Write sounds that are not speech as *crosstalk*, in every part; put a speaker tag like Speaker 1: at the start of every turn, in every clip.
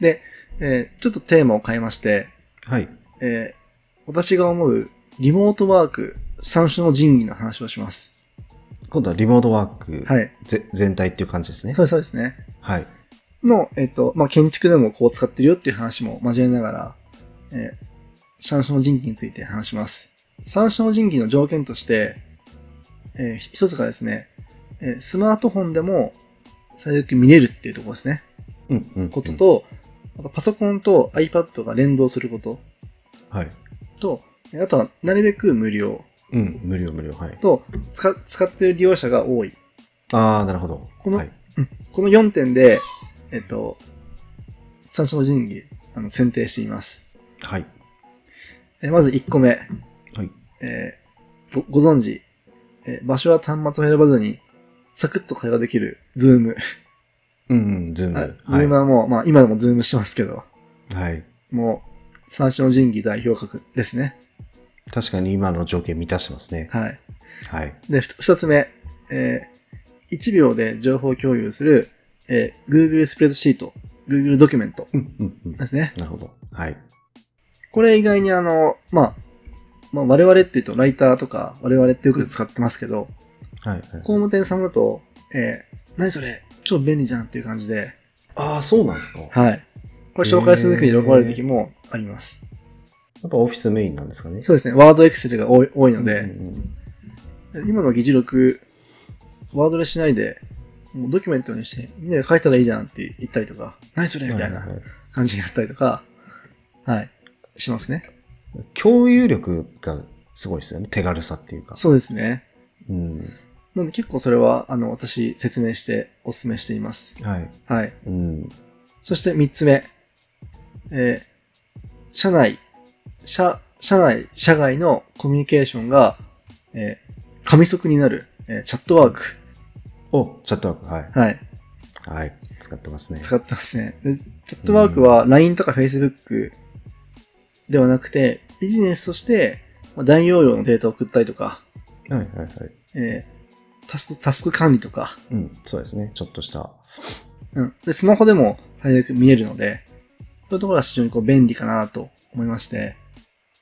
Speaker 1: で、えーちょっとテーマを変えまして、
Speaker 2: はい。
Speaker 1: えー私が思うリモートワーク三種の神器の話をします。
Speaker 2: 今度はリモートワーク、
Speaker 1: はい。
Speaker 2: ぜ全体っていう感じですね
Speaker 1: そ。うそうですね。
Speaker 2: はい。
Speaker 1: の、えっ、と、まあ、建築でもこう使ってるよっていう話も交えながら、えー、三種の神器について話します。三種の神器の条件として、えーひ一つがですね、えースマートフォンでも最悪見れるっていうところですね。
Speaker 2: うんうん、うん。
Speaker 1: こと、と、あとパソコンと iPad が連動すること
Speaker 2: はい。
Speaker 1: と、えーあとはなるべく無料
Speaker 2: うん、無料無料。はい。
Speaker 1: と、使使ってる利用者が多い。
Speaker 2: ああ、なるほど。
Speaker 1: この
Speaker 2: はい。
Speaker 1: この4点で、えっ、と、三種の神器、あの、選定しています。
Speaker 2: はい。
Speaker 1: えーまず1個目。
Speaker 2: はい。
Speaker 1: えーご、ご存知、えー場所や端末を選ばずに、サクッと会話できる、ズーム。
Speaker 2: うん、うん、ズーム。
Speaker 1: あズ
Speaker 2: は
Speaker 1: ームはもう、まあ今でもズームしてますけど、
Speaker 2: い。はい。
Speaker 1: もう、三種の神器代表格ですね。
Speaker 2: 確かに今の条件満たしてますね。
Speaker 1: はい。
Speaker 2: はい。
Speaker 1: で、ふ二つ目、え1秒で情報共有する、えー Google スプレッドシート、Google ドキュメント
Speaker 2: うん、うん、うん。
Speaker 1: で
Speaker 2: な
Speaker 1: すね。
Speaker 2: るほど。はい。
Speaker 1: これ以外にあの、まあ、まあ我々って言うとライターとか我々ってよく使ってますけど、
Speaker 2: はい。はい、
Speaker 1: 工務店さんだと、えー何それ超便利じゃんっていう感じで、
Speaker 2: ああ、そうなんですか。やっ
Speaker 1: はい。これ紹介するときに喜ばれる時もあります。
Speaker 2: ぱオフィスメインなんですかね。
Speaker 1: そうですね。ワードエクセルが多い多いので、
Speaker 2: うんうん
Speaker 1: 今の議事録、ワードでしないで、もうドキュメントにして、みんなで書いたらいいじゃんって言ったりとか、何それみたい
Speaker 2: は
Speaker 1: な
Speaker 2: はは
Speaker 1: 感じになったりとか、はい。しますね。
Speaker 2: 共有力がすごいですよね。手軽さっていうか。
Speaker 1: そうですね。
Speaker 2: うん。
Speaker 1: なので結構それは、あの、私説明してお勧めしています。
Speaker 2: はい。
Speaker 1: はい。
Speaker 2: うん。
Speaker 1: そして三つ目。えー社内、社、社内、社外のコミュニケーションが、えー、過密になる、えーチャットワーク。
Speaker 2: お、チャットワーク。はい。
Speaker 1: はい。
Speaker 2: はい。使ってますね。
Speaker 1: 使ってますね。でチャットワークは LINE とか Facebook ではなくて、ビジネスとしてまあ大容量のデータを送ったりとか、
Speaker 2: はいはいはい。
Speaker 1: えータスク、タスク管理とか、
Speaker 2: うん。そうですね。ちょっとした。
Speaker 1: うん。で、スマホでも最悪見えるので、そういうところは非常にこう便利かなと思いまして。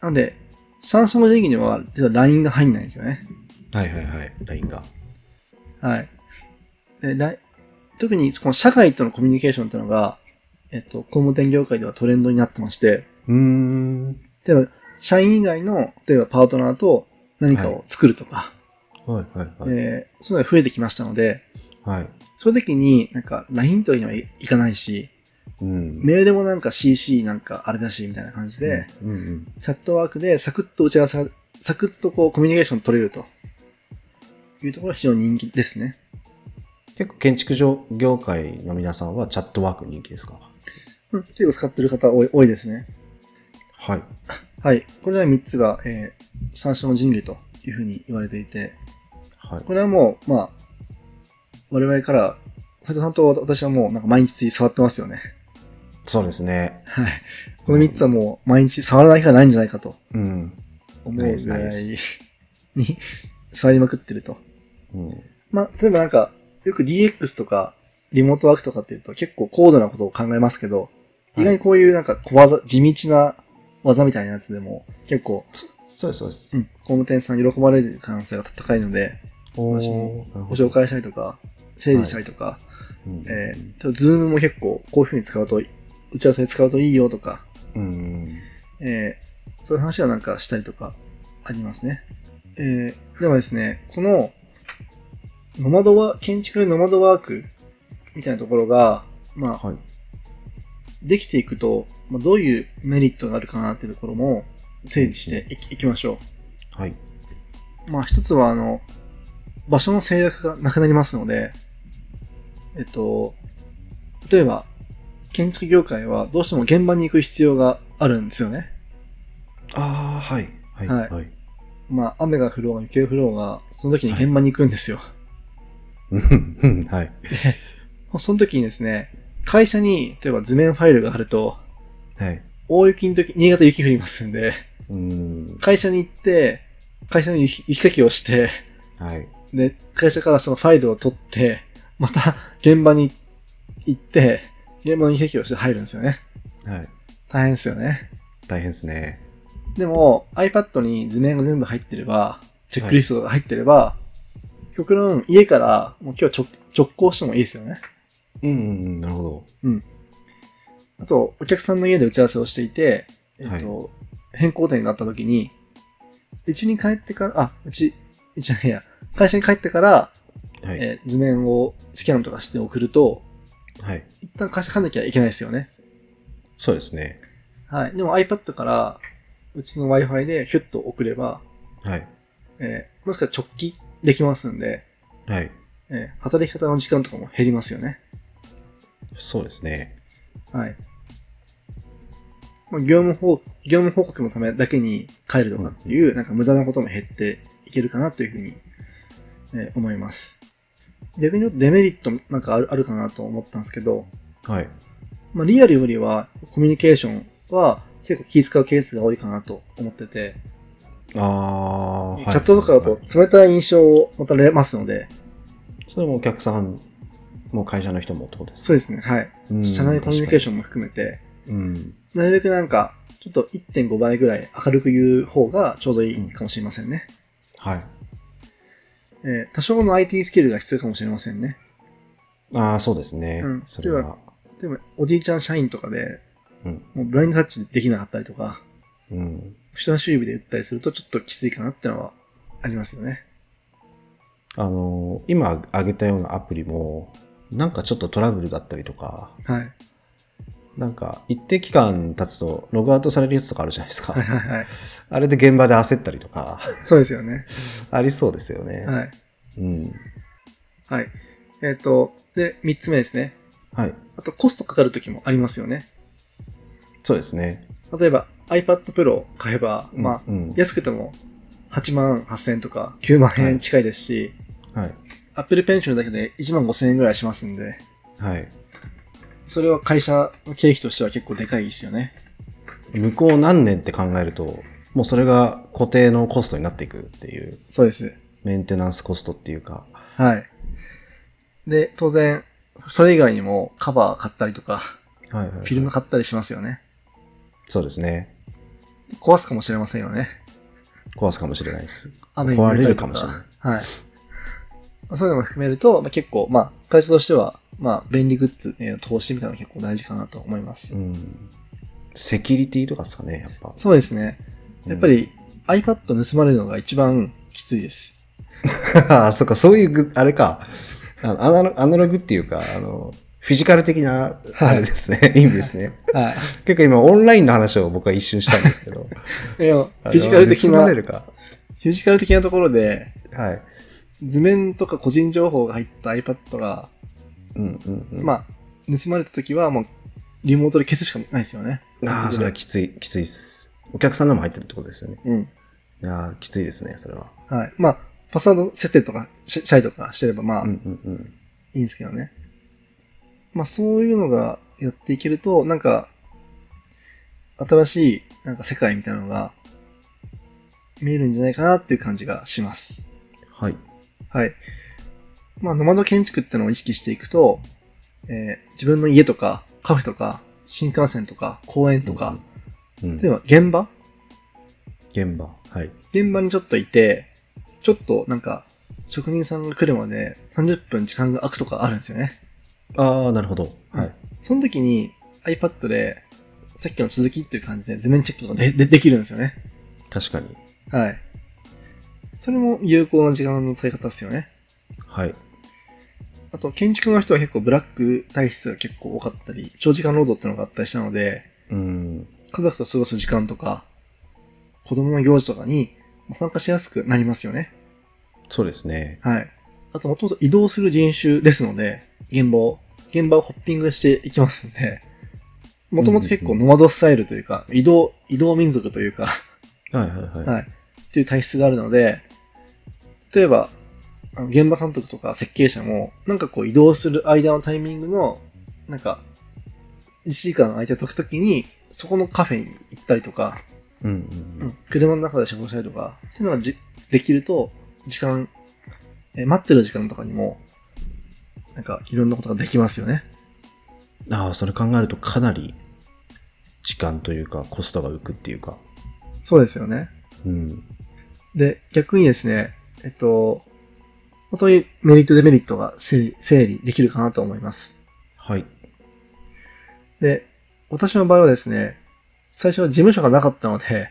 Speaker 1: なんで、三種の時期には実は LINE が入んないんですよね。
Speaker 2: はいはいはい。LINE が。
Speaker 1: はい。で、ライ特にこの社会とのコミュニケーションっていうのが、えっと、工務店業界ではトレンドになってまして、
Speaker 2: うーん。
Speaker 1: 例えば、社員以外の、例えばパートナーと何かを作るとか、
Speaker 2: はいはいはい。
Speaker 1: えーそういうのが増えてきましたので、
Speaker 2: はい。
Speaker 1: そういう時に、なんか、LINE というのはいいかないし、
Speaker 2: うん。
Speaker 1: メールでもなんか CC なんかあれだし、みたいな感じで、
Speaker 2: うんうん
Speaker 1: チャットワークでサクッと打ち合わせが、サクッとこうコミュニケーション取れるというところが非常に人気ですね。
Speaker 2: 結構建築業業界の皆さんはチャットワーク人気ですか
Speaker 1: うん、結構使ってる方多い多いですね。
Speaker 2: はい。
Speaker 1: はい。これら3つが、えー、三種の神器というふうに言われていて、
Speaker 2: はい。
Speaker 1: これはもう、まあ、我々から、斉藤さんと私はもうなんか毎日触ってますよね。
Speaker 2: そうですね。
Speaker 1: はい。この3つはもう毎日触らない日がないんじゃないかと
Speaker 2: うん。
Speaker 1: 思うぐ
Speaker 2: ナ
Speaker 1: ら
Speaker 2: イ
Speaker 1: い
Speaker 2: スナ
Speaker 1: に触りまくってると。
Speaker 2: うん。
Speaker 1: まあ、例えばなんか、よく DX とか、リモートワークとかっていうと結構高度なことを考えますけど、
Speaker 2: はい
Speaker 1: 意外にこういうなんか小技、地道な技みたいなやつでも結構、
Speaker 2: そうですそうです。
Speaker 1: うん、工務店さん喜ばれる可能性が高いので、
Speaker 2: お
Speaker 1: 私
Speaker 2: ー
Speaker 1: も
Speaker 2: なるほ
Speaker 1: ご
Speaker 2: ど
Speaker 1: 紹介したりとか、整理したりとか、
Speaker 2: うん
Speaker 1: えー、とズームも結構こういう風に使うと、打ち合わせで使うといいよとか、
Speaker 2: うん。
Speaker 1: えーそういう話はなんかしたりとかありますね。えーではですね、この、ノマドワ建築のノマドワークみたいなところが、まあ、
Speaker 2: はい。
Speaker 1: できていくと、まあ、どういうメリットがあるかなっていうところも整理していきいきましょ
Speaker 2: はい。
Speaker 1: う。まあ、一つは、あの、場所の制約がなくなりますので、えっと、例えば、建築業界はどうしても現場に行く必要があるんですよね。
Speaker 2: ああ、はい。はい。
Speaker 1: はい
Speaker 2: はい。
Speaker 1: まあ、雨が降ろうが雪が降ろうが、その時に現場に行くんですよ。 *laughs*
Speaker 2: うんうん *laughs* はい。
Speaker 1: その時にですね、会社に、例えば図面ファイルがあると、
Speaker 2: はい。
Speaker 1: 大雪の時、新潟雪降りますんで、
Speaker 2: うん。
Speaker 1: 会社に行って、会社の雪雪かきをして、
Speaker 2: はい。
Speaker 1: で、会社からそのファイルを取って、また現場に行って、現場の兵器をして入るんですよね。
Speaker 2: はい。
Speaker 1: 大変ですよね。
Speaker 2: 大変ですね。
Speaker 1: でも iPad に図面が全部入ってれば、チェックリストが入ってれば、極論家からもう今日直直行してもいいですよね。
Speaker 2: うんうんうん、なるほど。
Speaker 1: あと、お客さんの家で打ち合わせをしていて、えっと、変更点があった時に、うちに帰ってから、あ、うち、うちじゃないや、会社に帰ってから、
Speaker 2: はい。
Speaker 1: えー図面をスキャンとかして送ると、
Speaker 2: はい。
Speaker 1: 一旦会社帰んなきゃいけないですよね。
Speaker 2: そうですね。
Speaker 1: はい。でも iPad から、うちの Wi-Fi でヒュッと送れば、
Speaker 2: はい。
Speaker 1: えーもしくは直帰できますんで、
Speaker 2: はい。
Speaker 1: えー働き方の時間とかも減りますよね。
Speaker 2: そうですね。
Speaker 1: はい。まあ、業務報告、業務報告のためだけに帰るとかっていう、なんか無駄なことも減っていけるかなというふうに、えー思います。逆に言うとデメリットなんかあるあるかなと思ったんですけど、
Speaker 2: はい。
Speaker 1: まあ、リアルよりはコミュニケーションは結構気使うケースが多いかなと思ってて、
Speaker 2: あー、はい
Speaker 1: チャットとかだ
Speaker 2: は
Speaker 1: と
Speaker 2: い
Speaker 1: 冷たい印象を持たれますので、
Speaker 2: それもお客さん、もう会社の人もってことです
Speaker 1: そうですね、はい。
Speaker 2: うん
Speaker 1: 社内コミュニケーションも含めて、
Speaker 2: 確かにうん。
Speaker 1: なるべくなんか、ちょっと1.5倍ぐらい明るく言う方がちょうどいいかもしれませんね。
Speaker 2: はい。
Speaker 1: えー多少の IT スキルが必要かもしれませんね。
Speaker 2: ああ、そうですね。
Speaker 1: うん
Speaker 2: それは。
Speaker 1: でも、おじいちゃん社員とかで、
Speaker 2: うん。
Speaker 1: もうブラインドタッチできなかったりとか、
Speaker 2: うん。
Speaker 1: 人差し指で打ったりするとちょっときついかなってのはありますよね。
Speaker 2: あのー、今挙げたようなアプリも、なんかちょっとトラブルだったりとか、
Speaker 1: はい。
Speaker 2: なんか一定期間経つとログアウトされるやつとかあるじゃないですか。
Speaker 1: はいはいはい。
Speaker 2: *laughs* あれで現場で焦ったりとか、
Speaker 1: そうですよね。
Speaker 2: ありそうですよね。
Speaker 1: はい。
Speaker 2: うん。
Speaker 1: はい。えっ、と、で、3つ目ですね。
Speaker 2: はい。
Speaker 1: あと、コストかかる時もありますよね。
Speaker 2: そうですね。
Speaker 1: 例えば、iPad Pro を買えば、
Speaker 2: うん
Speaker 1: まあ、
Speaker 2: うん。
Speaker 1: 安くても8万8000円とか9万円近いですし、
Speaker 2: はい。
Speaker 1: Apple Pencil だけで1万5000円ぐらいしますんで、
Speaker 2: はい。
Speaker 1: それは会社の経費としては結構でかいですよね。
Speaker 2: 向こう何年って考えると、もうそれが固定のコストになっていくっていう、
Speaker 1: そうです。
Speaker 2: メンテナンスコストっていうか、
Speaker 1: はい。で、当然、それ以外にもカバー買ったりとか、
Speaker 2: はいはいはい
Speaker 1: フィルム買ったりしますよね。
Speaker 2: そうですね。
Speaker 1: 壊すかもしれませんよね。
Speaker 2: 壊すかもしれないです。
Speaker 1: 雨に濡たりと
Speaker 2: 壊れるかもしれない
Speaker 1: はい。まあそういうのも含めると、まあ、結構、まあ、会社としては、まあ、便利グッズへの投資みたいなのが結構大事かなと思います。
Speaker 2: うん。セキュリティとかですかね、やっぱ。
Speaker 1: そうですね。
Speaker 2: うん
Speaker 1: やっぱ、り iPad 盗まれるのが一番きついです。
Speaker 2: *laughs* あそっか、そういうぐ、あれか。あのアナログアナログっていうか、あの、フィジカル的な、
Speaker 1: はい
Speaker 2: あれですね、 *laughs* 意味ですね。
Speaker 1: はい。
Speaker 2: 結構今、オンラインの話を僕は一瞬したんですけど。
Speaker 1: *laughs* でも、 *laughs* フィジカル的
Speaker 2: あの
Speaker 1: な、
Speaker 2: 盗まれ
Speaker 1: フ
Speaker 2: るか。
Speaker 1: ィジカル的なところで、
Speaker 2: はい。
Speaker 1: 図面とか個人情報が入った iPad が、
Speaker 2: うんうんうん。
Speaker 1: まあ、盗まれた時はもう、リモートで消すしかないですよね。
Speaker 2: ああ、それはきつい、きついっす。お客さんのも入ってるってことですよね。
Speaker 1: うん。
Speaker 2: ああ、きついですね、それは。
Speaker 1: はい。まあ、パスワード設定とかし、したりとかしてれば、まあ、
Speaker 2: うん
Speaker 1: い
Speaker 2: うんうん。
Speaker 1: いんですけどね。まあ、そういうのがやっていけると、なんか、新しい、なんか世界みたいなのが、見えるんじゃないかなっていう感じがします。
Speaker 2: はい。
Speaker 1: はい。まあ、ノマド建築ってのを意識していくと、えー自分の家とか、カフェとか、新幹線とか、公園とか、
Speaker 2: うんうん。
Speaker 1: 例えば現場
Speaker 2: 現場。はい。
Speaker 1: 現場にちょっといて、ちょっとなんか、職人さんが来るまで30分時間が空くとかあるんですよね。
Speaker 2: ああ、なるほど。はい。
Speaker 1: その時に iPad で、さっきの続きっていう感じで図面チェックとかででできるんですよね。
Speaker 2: 確かに。
Speaker 1: はい。それも有効な時間の使い方ですよね。
Speaker 2: はい。
Speaker 1: あと、建築の人は結構ブラック体質が結構多かったり、長時間労働ってのがあったりしたので、
Speaker 2: うん。
Speaker 1: 家族と過ごす時間とか、子供の行事とかに参加しやすくなりますよね。
Speaker 2: そうですね。
Speaker 1: はい。あと、もともと移動する人種ですので、現場を、現場をホッピングしていきますんで、もともと結構
Speaker 2: うんう
Speaker 1: ノマドスタイルというか、移動、移動民族というか、 *laughs*
Speaker 2: はいはいは
Speaker 1: はい。っていう体質があるので、例えば、あの現場監督とか設計者も、なんかこう移動する間のタイミングの、なんか、1時間空いて解くときに、そこのカフェに行ったりとか、
Speaker 2: い。うんうん
Speaker 1: 車の中で仕事したりとか、っていうのがじできると、時間、えー待ってる時間とかにも、なんかいろんなことができますよね。
Speaker 2: ああ、それ考えるとかなり時間というかコストが浮くっていうか。
Speaker 1: そうですよね。
Speaker 2: うん。
Speaker 1: で、逆にですね、えっと、本当にメリットデメリットが整理整理できるかなと思います。
Speaker 2: はい。
Speaker 1: で、私の場合はですね、最初は事務所がなかったので、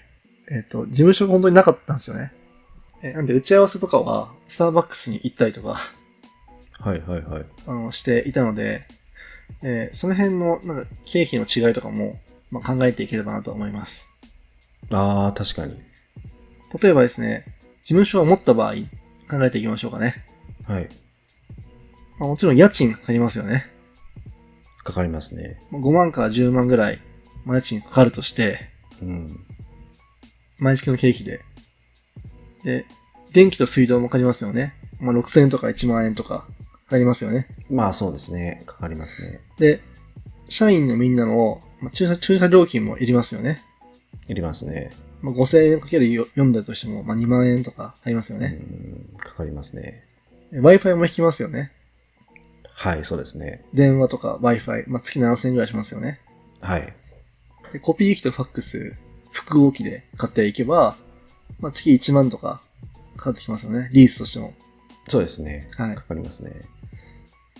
Speaker 1: えっと、事務所が本当になかったんですよね。えなんで打ち合わせとかは、スターバックスに行ったりとか、
Speaker 2: はいはいはい。
Speaker 1: あの、していたので、えーその辺の、なんか、経費の違いとかも、まあ、考えていければなと思います。
Speaker 2: ああ、確かに。
Speaker 1: 例えばですね、事務所を持った場合、考えていきましょうかね。
Speaker 2: はい。
Speaker 1: まあ、もちろん家賃かかりますよね。
Speaker 2: かかりますね。
Speaker 1: まあ5万から10万ぐらい、まあ家賃かかるとして、
Speaker 2: うん。
Speaker 1: 毎月の経費で。で、電気と水道もかかりますよね。まあ、6000円とか1万円とかかかりますよね。
Speaker 2: まあそうですね。かかりますね。
Speaker 1: で、社員のみんなの、まあ、駐車、駐車料金もいりますよね。
Speaker 2: いりますね。
Speaker 1: まあ、5000円かける4だとしても、まあ、2万円とかありますよね。
Speaker 2: うん。かかりますね。
Speaker 1: え Wi-Fi も引きますよね。
Speaker 2: はい、そうですね。
Speaker 1: 電話とか Wi-Fi、まあ、月7000円ぐらいしますよね。
Speaker 2: はい。
Speaker 1: でコピー機とファックス、複合機で買っていけば、まあ、月1万とかかかってきますよね。リースとしても。
Speaker 2: そうですね。
Speaker 1: はい
Speaker 2: かかりますね。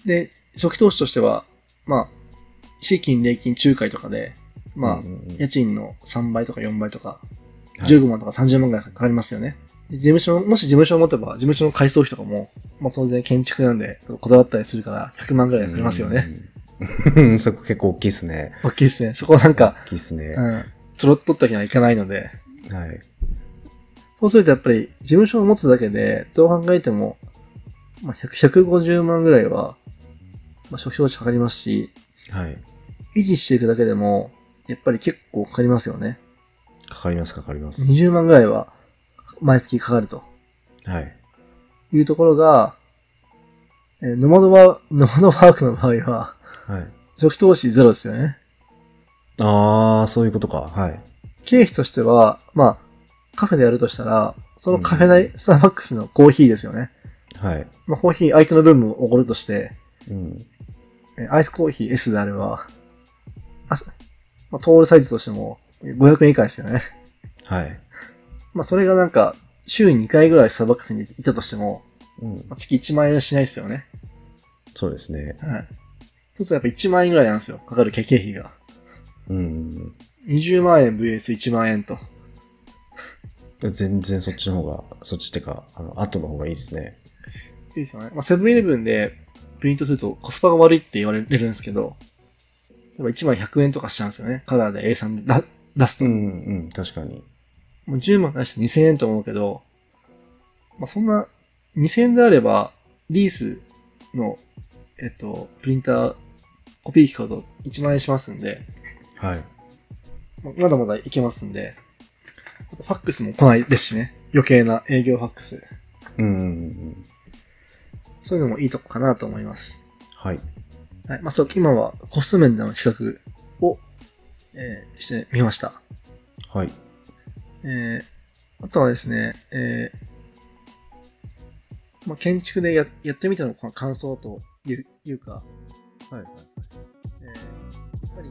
Speaker 1: で、初期投資としては、まあ、資金、礼金、仲介とかで、まあ、
Speaker 2: うんうんうん
Speaker 1: 家賃の3倍とか4倍とか、
Speaker 2: はい
Speaker 1: 15万とか30万ぐらいかかりますよね。で事務所の、もし事務所を持てば、事務所の改装費とかも、まあ当然建築なんで、こだわったりするから、100万ぐらいかかりますよね。
Speaker 2: うん。 *laughs* うんそこ結構大きいですね。
Speaker 1: 大きいですね。そこはなんか、
Speaker 2: 大きいですね。
Speaker 1: うん、ちょろっとったわけにはいかないので、
Speaker 2: はい。
Speaker 1: そうするとやっぱり、事務所を持つだけで、どう考えても、まあ、100 150万ぐらいは、まあ、初期投資かかりますし、
Speaker 2: はい。
Speaker 1: 維持していくだけでも、やっぱり結構かかりますよね。
Speaker 2: かかります、かかります。
Speaker 1: 20万ぐらいは毎月かかると
Speaker 2: はい。
Speaker 1: いうところが、えーノマドワノマドワークの場合は、
Speaker 2: はい。
Speaker 1: 初期投資ゼロですよね。
Speaker 2: ああ、そういうことか。はい。
Speaker 1: 経費としては、まあ、カフェでやるとしたら、そのカフェ代、
Speaker 2: う
Speaker 1: スターバックスのコーヒーですよね。
Speaker 2: はい。
Speaker 1: まあ、コーヒー、相手の分もおごるとして、
Speaker 2: うん。
Speaker 1: えーアイスコーヒー S であれば、あまあ、トールサイズとしても500円以下ですよね。
Speaker 2: はい。
Speaker 1: まあ、それがなんか、週2回ぐらいスターバックスにいたとしても、
Speaker 2: うん。
Speaker 1: まあ月1万円はしないですよね。
Speaker 2: そうですね。
Speaker 1: はい。一つはやっぱ1万円ぐらいなんですよ。かかる経費が。
Speaker 2: うん。
Speaker 1: 20万円 VS1 万円と。
Speaker 2: 全然そっちの方が、そっちってか、あの、後の方がいいですね。
Speaker 1: いいですよね。まあ、セブンイレブンでプリントするとコスパが悪いって言われるんですけど、例えば1万100円とかしちゃうんですよね。カラーで A さんでだ出すと。
Speaker 2: う
Speaker 1: も
Speaker 2: ん、うん、確かに。
Speaker 1: う10万出して2000円と思うけど、まあ、そんな、2000円であれば、リースの、えっと、プリンター、コピー機買うと1万円しますんで、
Speaker 2: はい。
Speaker 1: ままだまだいけますんで、あとファックスも来ないですしね。余計な営業ファックス。
Speaker 2: うんうんうん。
Speaker 1: そういうのもいいとこかなと思います。
Speaker 2: はい。
Speaker 1: はい。まあ、そう、今はコスト面での比較を、えーしてみました。
Speaker 2: はい。
Speaker 1: えーあとはですね、えーまあ、建築でややってみてのこの感想といういうか、
Speaker 2: はい。
Speaker 1: えーやっぱり、